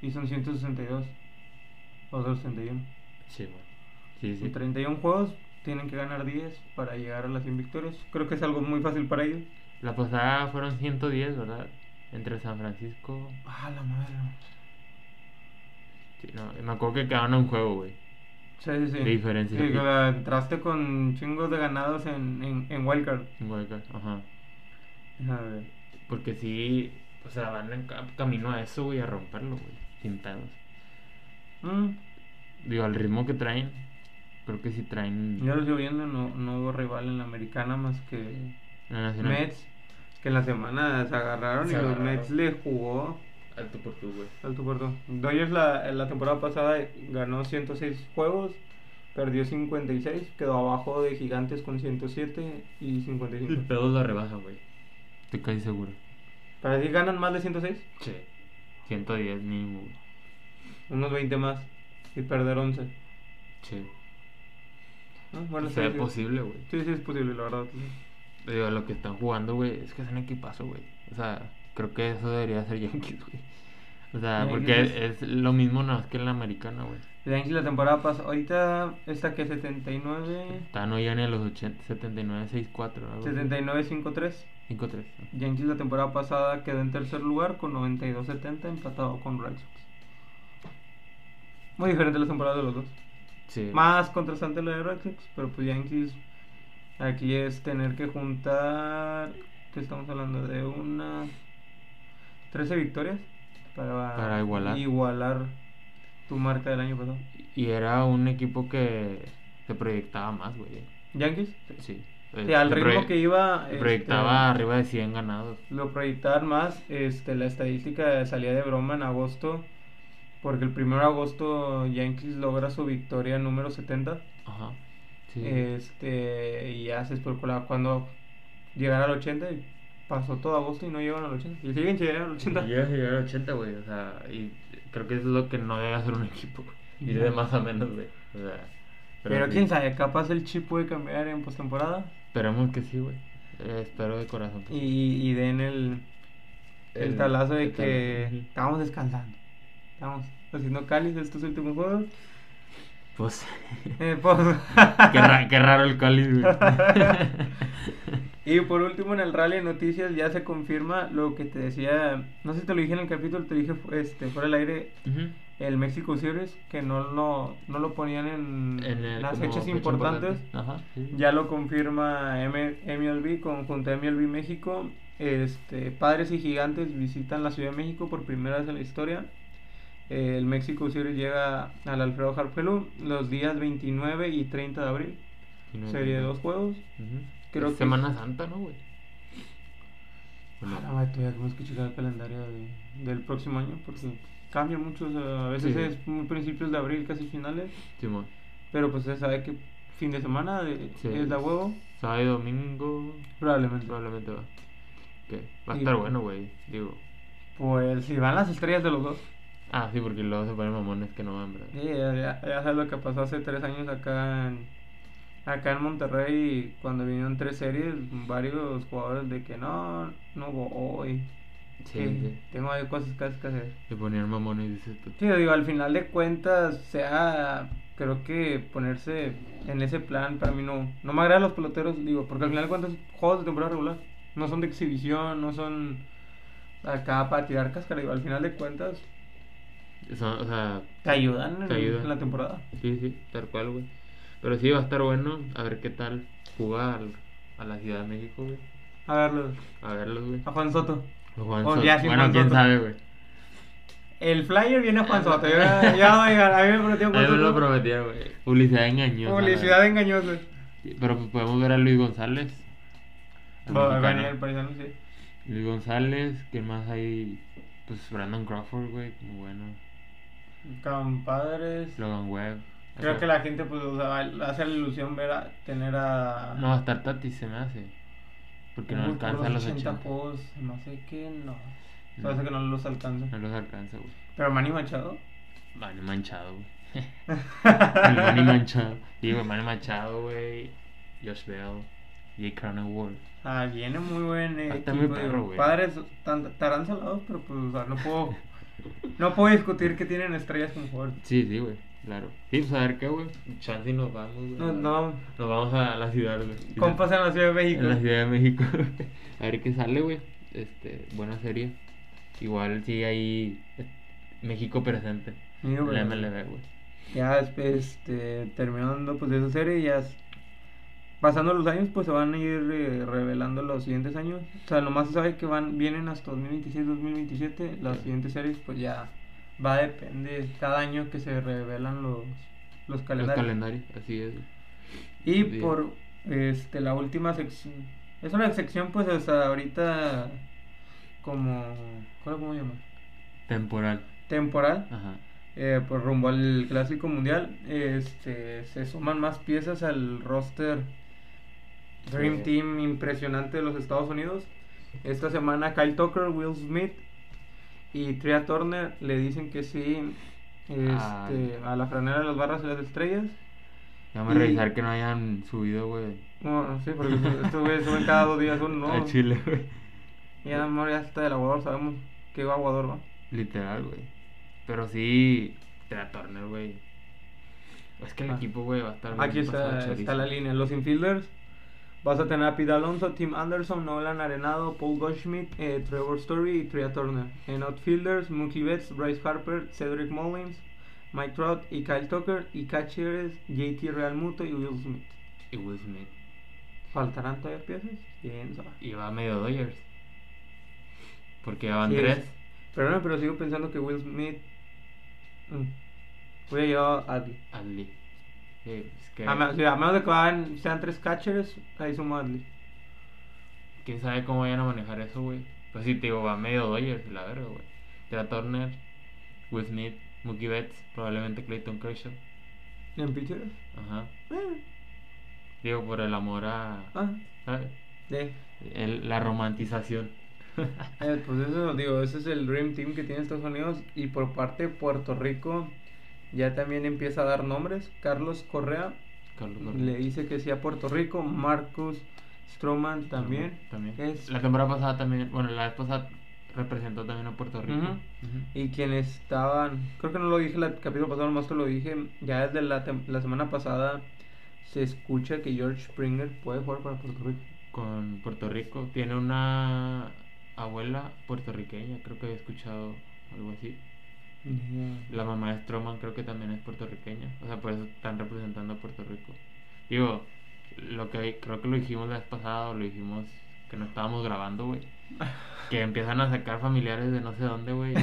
y son 162. O 261. Sí, güey. Sí, sí. Y 31 juegos tienen que ganar 10 para llegar a las 100 victorias. Creo que es algo muy fácil para ellos. La pasada fueron 110, ¿verdad? Entre San Francisco. Ah, la madre. Sí, no, me acuerdo que quedaron a un juego, güey. Sí, sí, sí. Qué diferencia. Sí, que la- entraste con chingos de ganados en, en, en Wildcard. Un juego acá, Ajá. A ver. Porque sí, o sea, van en ca- camino a eso, güey, a romperlo, güey. Sin pedos. Mm, Digo, al ritmo que traen, creo que sí traen. yo lo sigo viendo, no, no hubo rival en la americana más que la nacional. Mets, que en la semana se agarraron Se y los agarraron. Mets le jugó Alto por tu, güey. al puerto. Dodgers la, en la temporada pasada ganó 106 juegos, perdió 56, quedó abajo de Gigantes con 107 y Sin 55. pedos la rebaja, güey. Estoy casi seguro. Para si ganan más de 106, Sí. 110 mínimo, güey. unos 20 más y perder 11. Sí. Ah, Bueno, Se ve sí, sí. posible, güey. Sí, sí, es posible, la verdad. sí. Digo, lo que están jugando, güey, es que es un equipazo, güey. O sea, creo que eso debería ser Yankees, güey. O sea, Yankees porque es- es, lo mismo nada más que en la americana, güey. Yankees la temporada pasada, ahorita está que 79, Están hoy en los 80, 79, 6-4, ¿no? 79, 53. 5-3. Yankees la temporada pasada quedó en tercer lugar con 92-70 empatado con Red Sox. Muy diferente la temporada de los dos. Sí. Más contrastante la de Red Sox, pero pues Yankees aquí es tener que juntar, que estamos hablando de unas 13 victorias para, Para igualar. igualar tu marca del año pasado. Y era un equipo que se proyectaba más, güey. Yankees, Sí. que al Se ritmo proye- que iba... se este, Proyectaba arriba de 100 ganados. lo proyectaban más este, la estadística salía de broma en agosto, porque el 1 de agosto Yankees logra su victoria número 70. Ajá. Sí. eh, Este, y ya se especulaba cuando llegara al 80 y pasó todo agosto y no llegaron al 80. Y siguen sin llegar al 80. Llega a llegar a 80, güey. O sea, y creo que eso es lo que no debe hacer un equipo. güey. Y No. de más a menos, güey. O sea, Pero, sí. quién sabe, capaz el chip puede cambiar en postemporada Esperemos que sí, güey. Eh, espero de corazón. que sí. y, y den el, el, El- talazo de el que talazo, ujú. estamos descansando. Estamos haciendo cáliz de estos últimos juegos. Pues. Eh, pues. qué, ra- qué raro el cáliz, güey. Y por último, en el rally de noticias ya se confirma lo que te decía, no sé si te lo dije en el capítulo, te dije fu- este, fuera del aire, Ujú. el Mexico Series, que no lo, no lo ponían en, En el- las como fechas fecha importantes. importante. Ajá. sí. Ya lo confirma M- MLB, conjunto MLB México. Este, padres y gigantes visitan la Ciudad de México por primera vez en la historia. Eh, El Mexico Series llega al Alfredo Harpelú los días 29 y 30 de abril. Y no- Serie de dos juegos. Ujú. Creo Es que- Semana Santa, ¿no, güey? Ah, la madre, todavía tenemos que checar el calendario de- del próximo año porque cambia mucho. o sea, a veces Sí. es muy principios de abril, casi finales. Simón. Pero pues se sabe que fin de semana de, Sí. es la huevo. Sábado y domingo Probablemente. probablemente va. Que Va a Y- estar bueno, güey. Digo. Pues si van las estrellas de los dos. Ah, sí, porque luego se ponen mamones que no van, ¿verdad? Sí, ya, ya- ya sabes lo que pasó hace tres años acá en, acá en Monterrey cuando vinieron tres series, varios jugadores de que no, no voy. Sí, que sí. Tengo ahí cosas que que hacer. Se ponían mamones, dices "Pues, tú. Sí, yo digo, al final de cuentas, sea, creo que ponerse en ese plan para mí no, no me agradan los peloteros, digo, porque al final de cuentas, juegos de temporada regular, no son de exhibición, no son acá para tirar cáscara, digo, al final de cuentas, Son- o sea, te ayudan en, Te ayudan. en la temporada. sí, sí, tal cual, güey. Pero sí, va a estar bueno. A ver qué tal jugar al- a la Ciudad de México, güey. A verlo, A verlos, güey. a Juan Soto. O Juan O Soto. Oh, ya sin Bueno, Juan quién Soto. sabe, güey. El flyer viene a Juan Soto, yo- ya, va a llegar, a mí me prometió A Juan mí me lo Soto. prometieron, güey. Publicidad engañosa. la Publicidad verdad. engañosa. Sí, Pero pues, podemos ver a Luis González. al Va a mexicano. ganar el paisano, sí. Luis González, ¿quién más hay? Pues Brandon Crawford, güey, muy bueno. Compadres. Logan Webb. Creo que la gente pues o sea, va a hacer la ilusión ver a tener a No va a estar Tati, se me hace. Porque no Uy, alcanza puros los 80. juegos, no sé qué, no. No. Parece que no los alcanza. No los alcanza, güey. Pero Manny Machado. Mane Manchado, güey. El Manny Manchado. Digo, Manny Manchado, güey. Josh Bell. Jay Cronenworth. Ah, viene muy buen eh, Ah, está equipo, muy perro, digo, güey. Padres tan- estarán salados, pero pues o sea, no puedo no puedo discutir que tienen estrellas como jugadores. Sí, sí, güey. Claro. Sí, pues a ver qué, güey. Chance y nos vamos, güey. No, no, Nos vamos a la ciudad, güey. compas en la Ciudad de México. En la Ciudad de México. a ver qué sale, güey. Este, buena serie. Igual sigue ahí eh, México presente. Sí, güey. La MLB, güey. Ya después, este, terminando pues de esa serie, ya s- pasando los años, pues se van a ir eh, revelando los siguientes años. O sea, nomás se sabe que van, vienen hasta 2026, 2027. Las Sí. siguientes series, pues ya va a depender cada año que se revelan los, los Los calendarios. calendarios, así es. güey. Y Sí. por este la última sección. Es una sección, pues, hasta ahorita como. ¿cuál- ¿Cómo se llama? Temporal. Temporal Ajá. eh, pues rumbo al clásico mundial este se suman más piezas al roster Dream Sí. Team impresionante de los Estados Unidos esta semana Kyle Tucker Will Smith y Tria Turner le dicen que sí este, Ay. a la franela de las barras y las estrellas Vamos Y- a revisar que no hayan subido, güey. bueno, sí, porque estos güeyes suben cada dos días uno, ¿no? A Chile, güey. Ya, amor, ya está el aguador, sabemos que va aguador, ¿va? Literal, güey. Pero sí, te da Turner, güey. Es que el Ah. equipo, güey, va a estar Aquí bien pasado de está, chorizo. está la línea. Los infielders. Vas a tener a Pete Alonso, Tim Anderson, Nolan Arenado, Paul Goldschmidt, eh, Trevor Story y Tria Turner. En outfielders, Mookie Betts, Bryce Harper, Cedric Mullins, Mike Trout y Kyle Tucker. Y catchers, JT Realmuto y Will Smith. Y Will Smith. ¿Faltarán todavía piezas? ¿Quién sabe? Y va medio Dodgers. Porque ya van Sí, tres. es. Pero no, pero sigo pensando que Will Smith... Mm. Voy a llevar a Adley. Adley. Sí, es que. A, Ah, me- sí, a menos de que vayan- sean tres catchers, ahí sumo a Adley. Quién sabe cómo vayan a manejar eso, güey. Pues sí, te digo, va medio Dodgers, la verga, güey. Tera Turner, Will Smith, Mookie Betts, probablemente Clayton Kershaw. ¿En pitchers? Ajá. Eh, Digo, por el amor a. ah, ¿Sabes? sí. El- la romantización. Eh, pues eso digo, ese es el Dream Team que tiene Estados Unidos y por parte de Puerto Rico ya también empieza a dar nombres. Carlos Correa Carlos Correa. le dice que sí a Puerto Rico, Marcus Stroman también. También. Es- La temporada pasada también, bueno, la vez pasada representó también a Puerto Rico. Ujú. Y quienes estaban, creo que no lo dije el capítulo pasado, nomás que lo dije, ya desde la, tem- la semana pasada se escucha que George Springer puede jugar para Puerto Rico. Con Puerto Rico. Tiene una abuela puertorriqueña, creo que había escuchado algo así. La mamá de Stroman creo que también es puertorriqueña. O sea, por eso están representando a Puerto Rico. Digo, lo que creo que lo dijimos la vez pasada, o lo dijimos que no estábamos grabando, güey. Que empiezan a sacar familiares de no sé dónde, güey.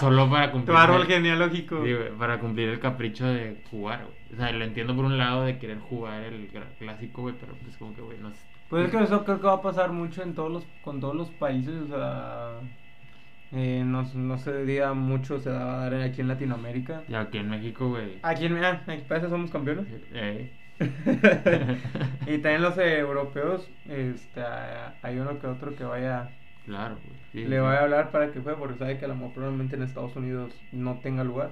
solo para Tu cumplir. árbol genealógico. Sí, güey, para cumplir el capricho de jugar, güey. O sea, lo entiendo por un lado de querer jugar el gra- clásico, güey, pero pues como que, güey, no sé. Pues es que eso creo que va a pasar mucho en todos los, con todos los países, o sea, eh, no, no se diga mucho, se va a dar aquí en Latinoamérica. Ah. Y aquí en México, güey. Aquí en, mira, aquí para eso somos campeones. eh, y también los europeos, este, hay uno que otro que vaya Claro, güey. sí, le sí. voy a hablar para que juegue porque sabe que a lo mejor probablemente en Estados Unidos no tenga lugar.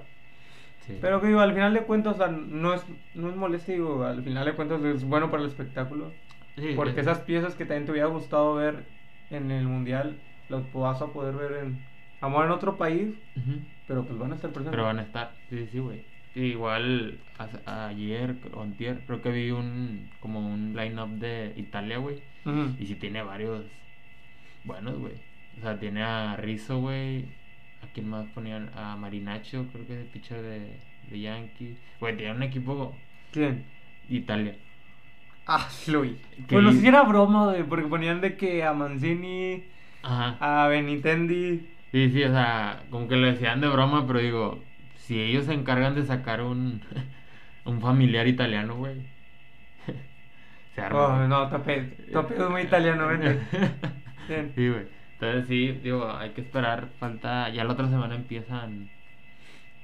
Sí. Pero que digo, al final de cuentas, o sea, no es, no es molesto, digo, al final de cuentas es bueno para el espectáculo. Sí, Porque es- esas piezas que también te hubiera gustado ver en el mundial, las vas a poder ver en, a lo mejor en otro país, Ujú. pero pues van a estar presentes. Pero van a estar, sí, sí, güey. Sí, Igual hace- ayer o antier creo que vi un como un line-up de Italia, güey. Ujú. Y sí tiene varios buenos, güey. O sea, tiene a Rizzo, güey. ¿A quién más ponían? A Marinacho, creo que es el pitcher de, de Yankees. Güey, tiene un equipo ¿Quién? Italia. Ah, lo vi. ¿Qué Pues los hizo? hiciera broma, güey, porque ponían de que a Mancini, Ajá. a Benitendi. Sí, sí, o sea, como que lo decían de broma, pero digo, si ellos se encargan de sacar un, un familiar italiano, güey. se arma. Oh, güey. no, tope, tope es muy italiano, vente. Bien. Sí, güey. Entonces sí, digo, hay que esperar, falta, ya la otra semana empiezan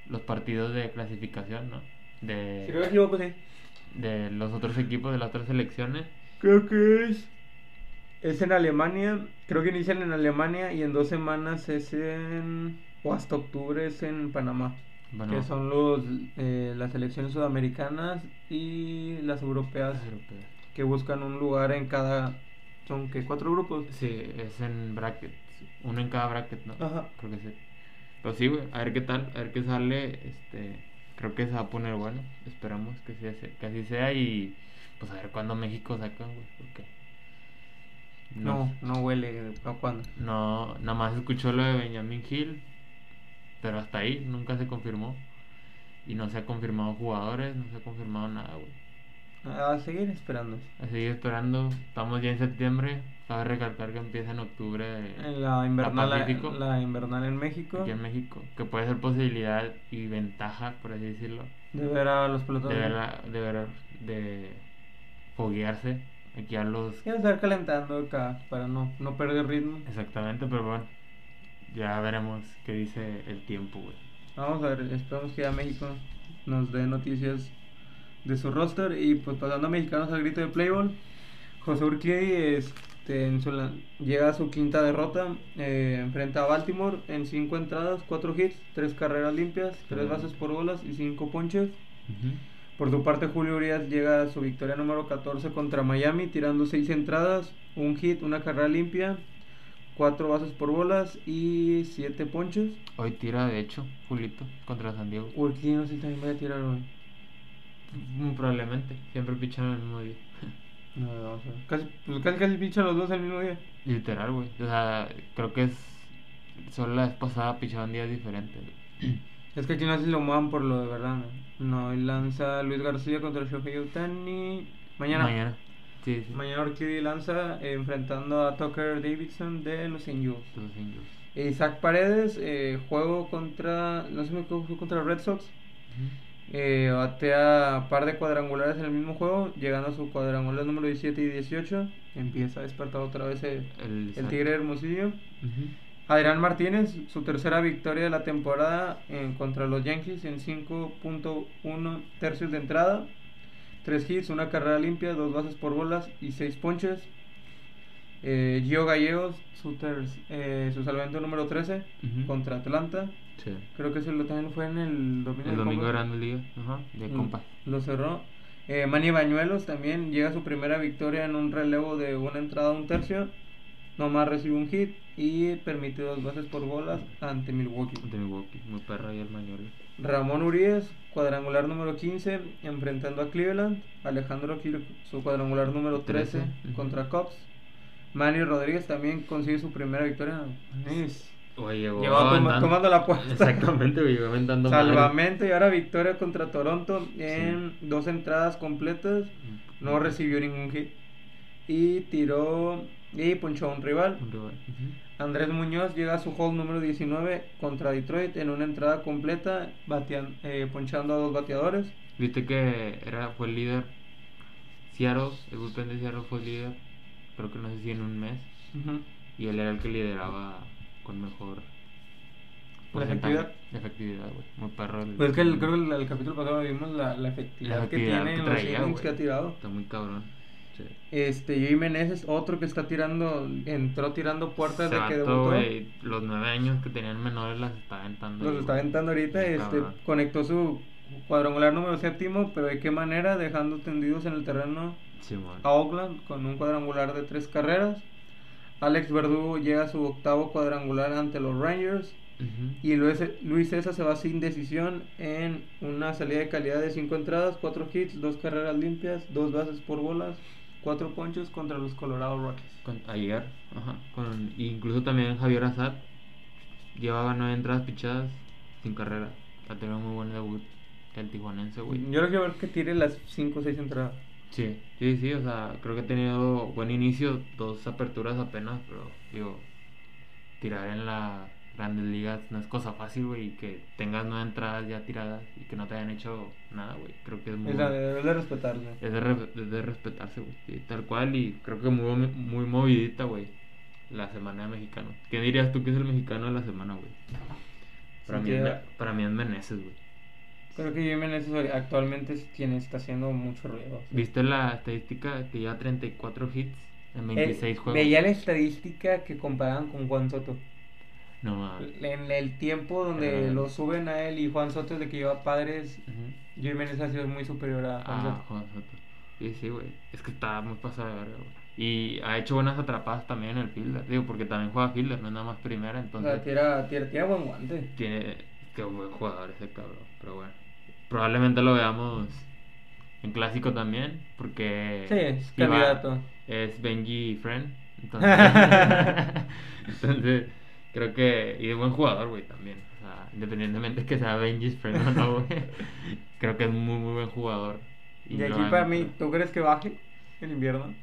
los partidos de clasificación, ¿no? Si no me De, equivoco, sí. de los otros equipos, de las otras selecciones. Creo que es. Es en Alemania. Creo que inician en Alemania y en dos semanas es en. O hasta octubre es en Panamá. Bueno, Que son los, eh, las selecciones sudamericanas y las europeas las europeas. que buscan un lugar en cada. Son que cuatro grupos. Sí, es en brackets. Uno en cada bracket, ¿no? Ajá. Creo que sí. Pero sí, güey, a ver qué tal, a ver qué sale. Este, creo que se va a poner bueno. Esperamos que, sea, que así sea y pues a ver cuándo México saca, güey. Porque No, no huele. ¿A cuándo? No, nada más escuchó lo de Benjamin Hill, pero hasta ahí nunca se confirmó. Y no se ha confirmado jugadores, no se ha confirmado nada, güey. A seguir esperando. Así que esperando, estamos ya en septiembre. Cabe recalcar que empieza en octubre En la invernal, la, Pacífico. invernal en México. aquí en México, que puede ser posibilidad y ventaja, por así decirlo, De ver a los de pelotones. ver, la- de, ver- de foguearse aquí a los Quiero estar calentando acá para no, no perder ritmo. Exactamente, pero bueno, ya veremos qué dice el tiempo, güey. Vamos a ver, esperamos que ya México nos dé noticias de su roster. Y pues pasando a mexicanos al grito de Playboy, José Urquidy este, en su la- llega a su quinta derrota. eh, enfrenta a Baltimore en cinco entradas, cuatro hits, tres carreras limpias, tres bases por bolas y cinco ponches. Por su parte, Julio Urias llega a su victoria número 14 contra Miami, tirando 6 entradas, un hit, una carrera limpia, 4 bases por bolas y 7 ponches. Hoy tira, de hecho, Julito contra San Diego. Urquidy no sé si también voy a tirar hoy. Mm, Probablemente, siempre pichan el mismo día. No, no, o sea, casi, pues casi, casi pichan los dos el mismo día. Literal, güey. O sea, creo que es. Solo la vez pasada pichaban días diferentes. güey. Es que aquí no se lo muevan por lo de verdad. No, no y lanza Luis García contra Shohei Ohtani Mañana. Mañana. Sí, sí. Mañana Urquidy lanza eh, enfrentando a Tucker Davidson de los Angels. Los singles. Isaac Paredes, eh, juego contra, no sé me equivoco, fue contra Red Sox. Ujú. Eh, batea par de cuadrangulares en el mismo juego, llegando a su cuadrangular número 17 y 18. Empieza a despertar otra vez el, El, el Isaac. Tigre de Hermosillo. Ujú. Adrián Martínez, su tercera victoria de la temporada en contra los Yankees en 5.1 tercios de entrada, 3 hits, una carrera limpia, 2 bases por bolas y 6 ponches. Eh, Gio Gallegos, su, ter- eh, su salvamento número 13 Ujú. contra Atlanta. Sí. Creo que eso lo también fue en el domingo. El de domingo Copa. Grande Liga. Ajá. De Mm, compas. Lo cerró. Eh, Manny Bañuelos también llega a su primera victoria en un relevo de una entrada a un tercio. Nomás recibe un hit y permite dos bases por bolas ante Milwaukee. De Milwaukee. Muy perra y el mayor. Ramón Urias, cuadrangular número 15, enfrentando a Cleveland. Alejandro Kirk, su cuadrangular número 13 Trece, ujú. contra Cops. Manny Rodríguez también consigue su primera victoria. Oye, llegó. Llegó toma- aventando- tomando la puerta. Exactamente, güey. Llegó aventando madre. Salvamento y ahora victoria contra Toronto en dos entradas completas. Mm. No recibió ningún hit. Y tiró y ponchó a un rival. Un rival. Ujú. Andrés Muñoz llega a su home número 19 contra Detroit en una entrada completa, batean- eh, ponchando a dos bateadores. Viste que era, fue el líder. Seattle, el bullpen de Seattle fue el líder. Creo que no sé si en un mes. Y él era el que lideraba con mejor porcentaje. efectividad? Efectividad, güey. Muy perro. el- Pues es que el- creo que el, el capítulo pasado vimos la, la efectividad, la que tiene en los traía, innings güey. que ha tirado. Está muy cabrón. Sí. Este, Joey Menez es otro que está tirando, entró tirando puertas Ese de que vato, debutó. güey, los nueve años que tenían menores las está aventando. Los ahí, está güey. aventando ahorita, Está este, cabrón. conectó su cuadrangular número séptimo, pero de qué manera, dejando tendidos en el terreno Simón. a Oakland con un cuadrangular de tres carreras. Alex Verdugo llega a su octavo cuadrangular ante los Rangers. Ujú. Y Luis, Luis César se va sin decisión en una salida de calidad de 5 entradas, 4 hits, 2 carreras limpias, 2 bases por bolas, 4 ponchos contra los Colorado Rockies. Con- ayer, ajá, con, incluso también Javier Azad llevaba nueve entradas pichadas sin carrera. Ha tenido muy buen debut el tijuanense, güey. Yo lo quiero ver que tire las 5 o 6 entradas. Sí, sí, sí, o sea, creo que ha tenido buen inicio, dos aperturas apenas, pero digo, tirar en las grandes ligas no es cosa fácil, güey, y que tengas nueve entradas ya tiradas y que no te hayan hecho nada, güey. Creo que es muy... Es la de, debe de respetarle. Es de, re- es de respetarse, güey. sí, tal cual. Y creo que muy, mo- muy movidita, güey. La semana de mexicano. ¿Qué dirías tú que es el mexicano de la semana, güey? Para, Sí, mí es que- Me- para mí es Meneses, güey. Creo que Jiménez es actualmente es quien está haciendo mucho ruido. ¿Viste la estadística que lleva 34 hits en Eh, 26 juegos? Veía la estadística que comparaban con Juan Soto. No mames. En el tiempo donde Ah. lo suben a él y Juan Soto de que lleva padres, Ujú. Jiménez ha sido muy superior a Juan Ah, Soto. Juan Soto. Sí, sí, güey. Es que está muy pasado de verga, güey. Y ha hecho buenas atrapadas también en el fielder. Digo, porque también juega fielder, no es nada más primera. O sea, Entonces, tira, tira, tira buen guante. Tiene. Qué buen jugador ese cabrón. Pero bueno. Probablemente lo veamos en clásico también. Porque. Sí, es Iba- candidato. Es Benji Friend. Entonces. entonces, Creo que. Y de buen jugador, güey, también. O sea, independientemente que sea Benji Friend o no, güey. creo que es muy, muy buen jugador. Y lo aquí han- para mí, ¿tú crees que baje el invierno?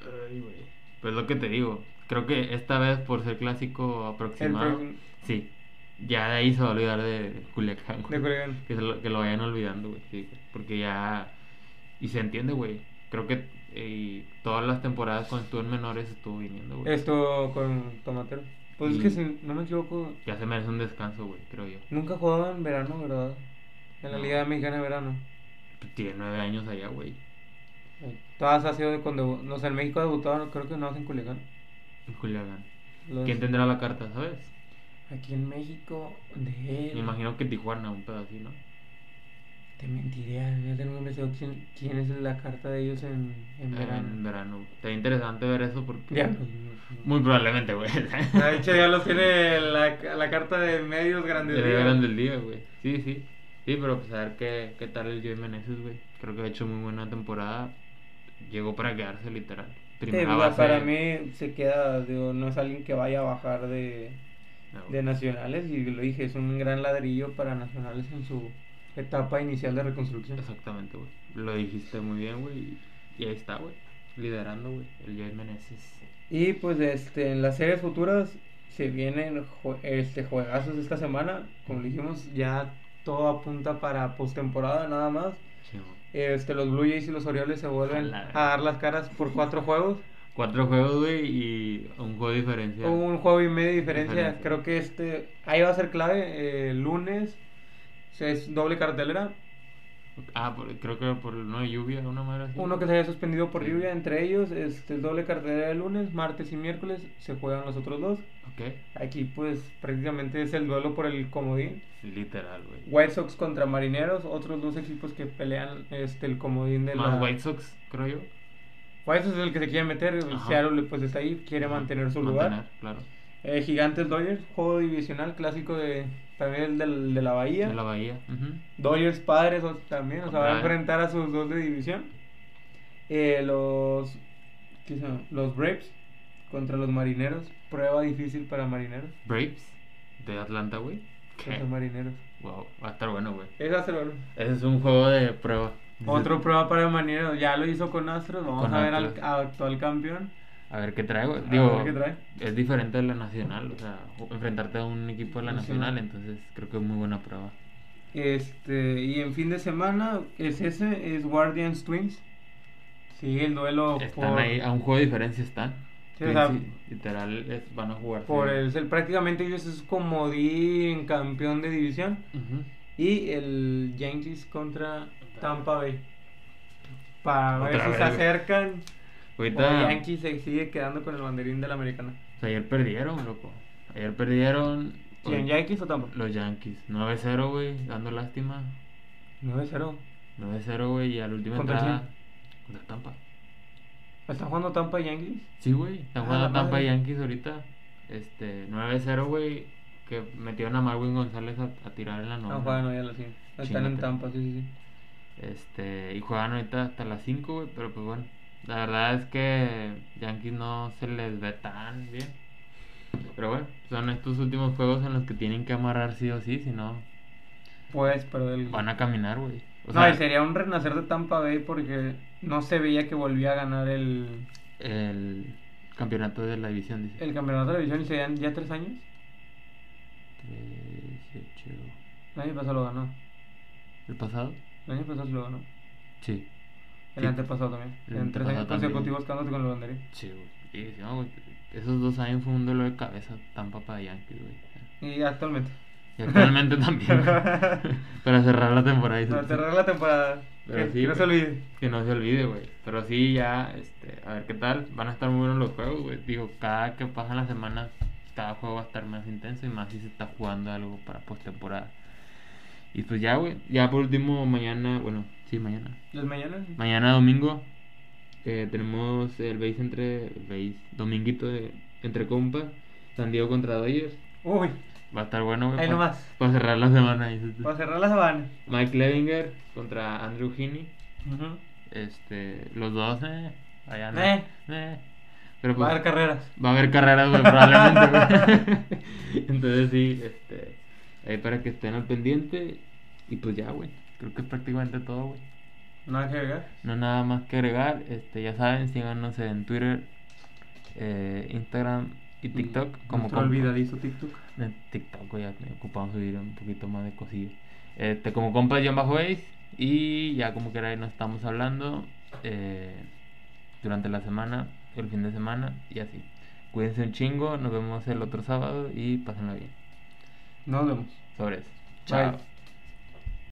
Ay, güey. Pues lo que te digo. Creo que esta vez, por ser clásico El aproximado. próximo Sí. Ya de ahí se va a olvidar de Culiacán, güey. de Culiacán. Que, se lo, que lo vayan olvidando, güey. sí, güey. porque ya. Y se entiende, güey. Creo que eh, todas las temporadas cuando estuvo en menores estuvo viniendo, güey. Esto con Tomatero. Pues es Y- que si no me equivoco, Ya se merece un descanso, güey, creo yo. nunca jugaba en verano, ¿verdad? En la No. Liga Mexicana de Verano. Tiene nueve años allá, güey. Todas ha sido de cuando. No sé, en México debutaron, creo que no en Culiacán. en Culiacán. Los- ¿Quién tendrá la carta, sabes? Aquí en México, de. Me imagino que Tijuana, un pedacito, ¿no? Te mentiría, no tengo investigado quién, quién es la carta de ellos en, en En verano. verano. güey. Está interesante ver eso porque. Ya. pues, Muy probablemente, güey. De hecho, ya los tiene la, la carta de medios grandes. Era ligas. grande el día, güey. Sí, sí. Sí, pero pues a ver qué, qué tal el Joey Meneses, güey. Creo que ha hecho muy buena temporada. Llegó para quedarse, literal. Sí, Primera va- base. para mí se queda, digo, no es alguien que vaya a bajar de, No, de nacionales y lo dije, es un gran ladrillo para nacionales en su etapa inicial de reconstrucción. Exactamente, güey. Lo dijiste muy bien, güey. Y ahí está, güey. Liderando, güey. El Joey Meneses. Y pues este, en las series futuras se vienen jue- este, juegazos esta semana, como dijimos, ya todo apunta para postemporada nada más. Sí, güey. Este, los Blue Jays y los Orioles se vuelven Ojalá. a dar las caras por cuatro juegos. Cuatro juegos, güey, y un juego de diferencia. Hubo un juego y medio de diferencia. Diferencia. Creo que este ahí va a ser clave. eh, lunes o sea, es doble cartelera. Ah, por- creo que por no de lluvia, una madre así. Uno que se haya suspendido por Sí. lluvia entre ellos. Este, el doble cartelera de lunes, martes y miércoles se juegan los otros dos. Ok. Aquí pues prácticamente es el duelo por el comodín. Literal, güey. White Sox contra Marineros, otros dos equipos que pelean este el comodín de Más la... White Sox, creo yo. White Sox es el que se quiere meter, el Ajá. Seattle pues está ahí, quiere Ajá. mantener su lugar. Mantener, claro. Eh, Gigantes Dodgers, juego divisional clásico de también el del- de la Bahía. De la Bahía. ujú. Dodgers Padres o- también, o sea, va a Ojalá. enfrentar a sus dos de división. Eh, los ¿qué se llama? los Braves contra los Marineros, prueba difícil para Marineros. Braves de Atlanta, güey. contra Los Marineros. Wow, va a estar bueno, güey. Esa se lo- Ese es un juego de prueba. Otro prueba para Marineros, ya lo hizo con Astros, vamos Con a ver al, Astros. al actual campeón. A ver qué trae, güey. A Digo, ver qué trae. es diferente de la nacional. O sea, enfrentarte a un equipo de la Sí. nacional, entonces creo que es muy buena prueba. Este, y en fin de semana es ese es Guardians Twins. Sí, el duelo Están ahí, a un juego de diferencia están. Sí, o sea, sí, literal es- van a jugar. por sí. el ser prácticamente ellos es comodín campeón de división. Ujú. Y el Yankees contra Tampa Bay. Para ver Otra si vez, se güey. acercan. Ahorita, O Yankees se sigue quedando con el banderín de la americana. o sea, ayer perdieron, loco. Ayer perdieron. ¿Quién, hoy- Yankees o Tampa? Los Yankees. 9-0, güey, dando lástima. 9-0. 9-0, güey, y al último ¿Contra entrada. Contra Tampa. ¿Están jugando Tampa y Yankees? Sí, güey, están Ah, jugando la Tampa madre. y Yankees ahorita. Este, 9-0, güey, que metieron a Marwin González a, a tirar en la novena. No Ah, juegan hoy a las 5. Están en Chíngate. Tampa, sí, sí, sí. Este, y juegan ahorita hasta las 5, güey, pero pues bueno. La verdad es que Yankees no se les ve tan bien. Pero bueno, son estos últimos juegos en los que tienen que amarrar sí o sí, si no Pues, pero el... van a caminar, güey. O no, sea, y sería un renacer de Tampa Bay porque no se veía que volvía a ganar el, el campeonato de la división, dice. el campeonato de la división y serían ya tres años. Tres, ocho. El año pasado lo ganó. ¿El pasado? El año pasado sí lo ganó. Sí. El Sí. antepasado también. El en tres años antepasado también. consecutivos quedándote con el banderín. Sí, güey. Y, sí, no, güey, Esos dos años fue un dolor de cabeza tan papá de Yankees, güey. Y actualmente. Y actualmente también. güey. Para cerrar la temporada. y Para su- cerrar la temporada. Pero que, sí, que no se güey. olvide. Que no se olvide, güey. Pero sí, ya, este, a ver qué tal. Van a estar muy buenos los juegos, güey. Digo, cada que pasan las semanas, cada juego va a estar más intenso y más si se está jugando algo para postemporada. Y pues ya, güey. Ya por último, mañana, bueno, sí, mañana. Los mañana. Mañana domingo eh, tenemos el base entre. el Base, dominguito de, entre compas. San Diego contra Dodgers. Uy, Va a estar bueno, güey. Ahí pa- nomás. pa' cerrar la semana. dices tú. para cerrar la sabana. Mike Levinger contra Andrew Heaney. Ujú. Este, los dos, eh. Allá Eh. Pero Va pues, a haber carreras. va a haber carreras, güey, probablemente, güey. Entonces sí, este. Ahí para que estén al pendiente. Y pues ya, güey. Creo que es prácticamente todo, güey. Nada que agregar. No nada más que agregar, este, ya saben, síganos en Twitter, eh, Instagram y TikTok. Como Mm, Nuestro compa- olvidadizo TikTok. en TikTok, güey, ya me ocupamos subir un poquito más de cosillas. Este, como compas John Bajo Ace, y ya como que ahí nos estamos hablando eh, durante la semana, el fin de semana y así. Cuídense un chingo, nos vemos el otro sábado y pásenla bien. Nos vemos. Sobre eso. Bye. Chao.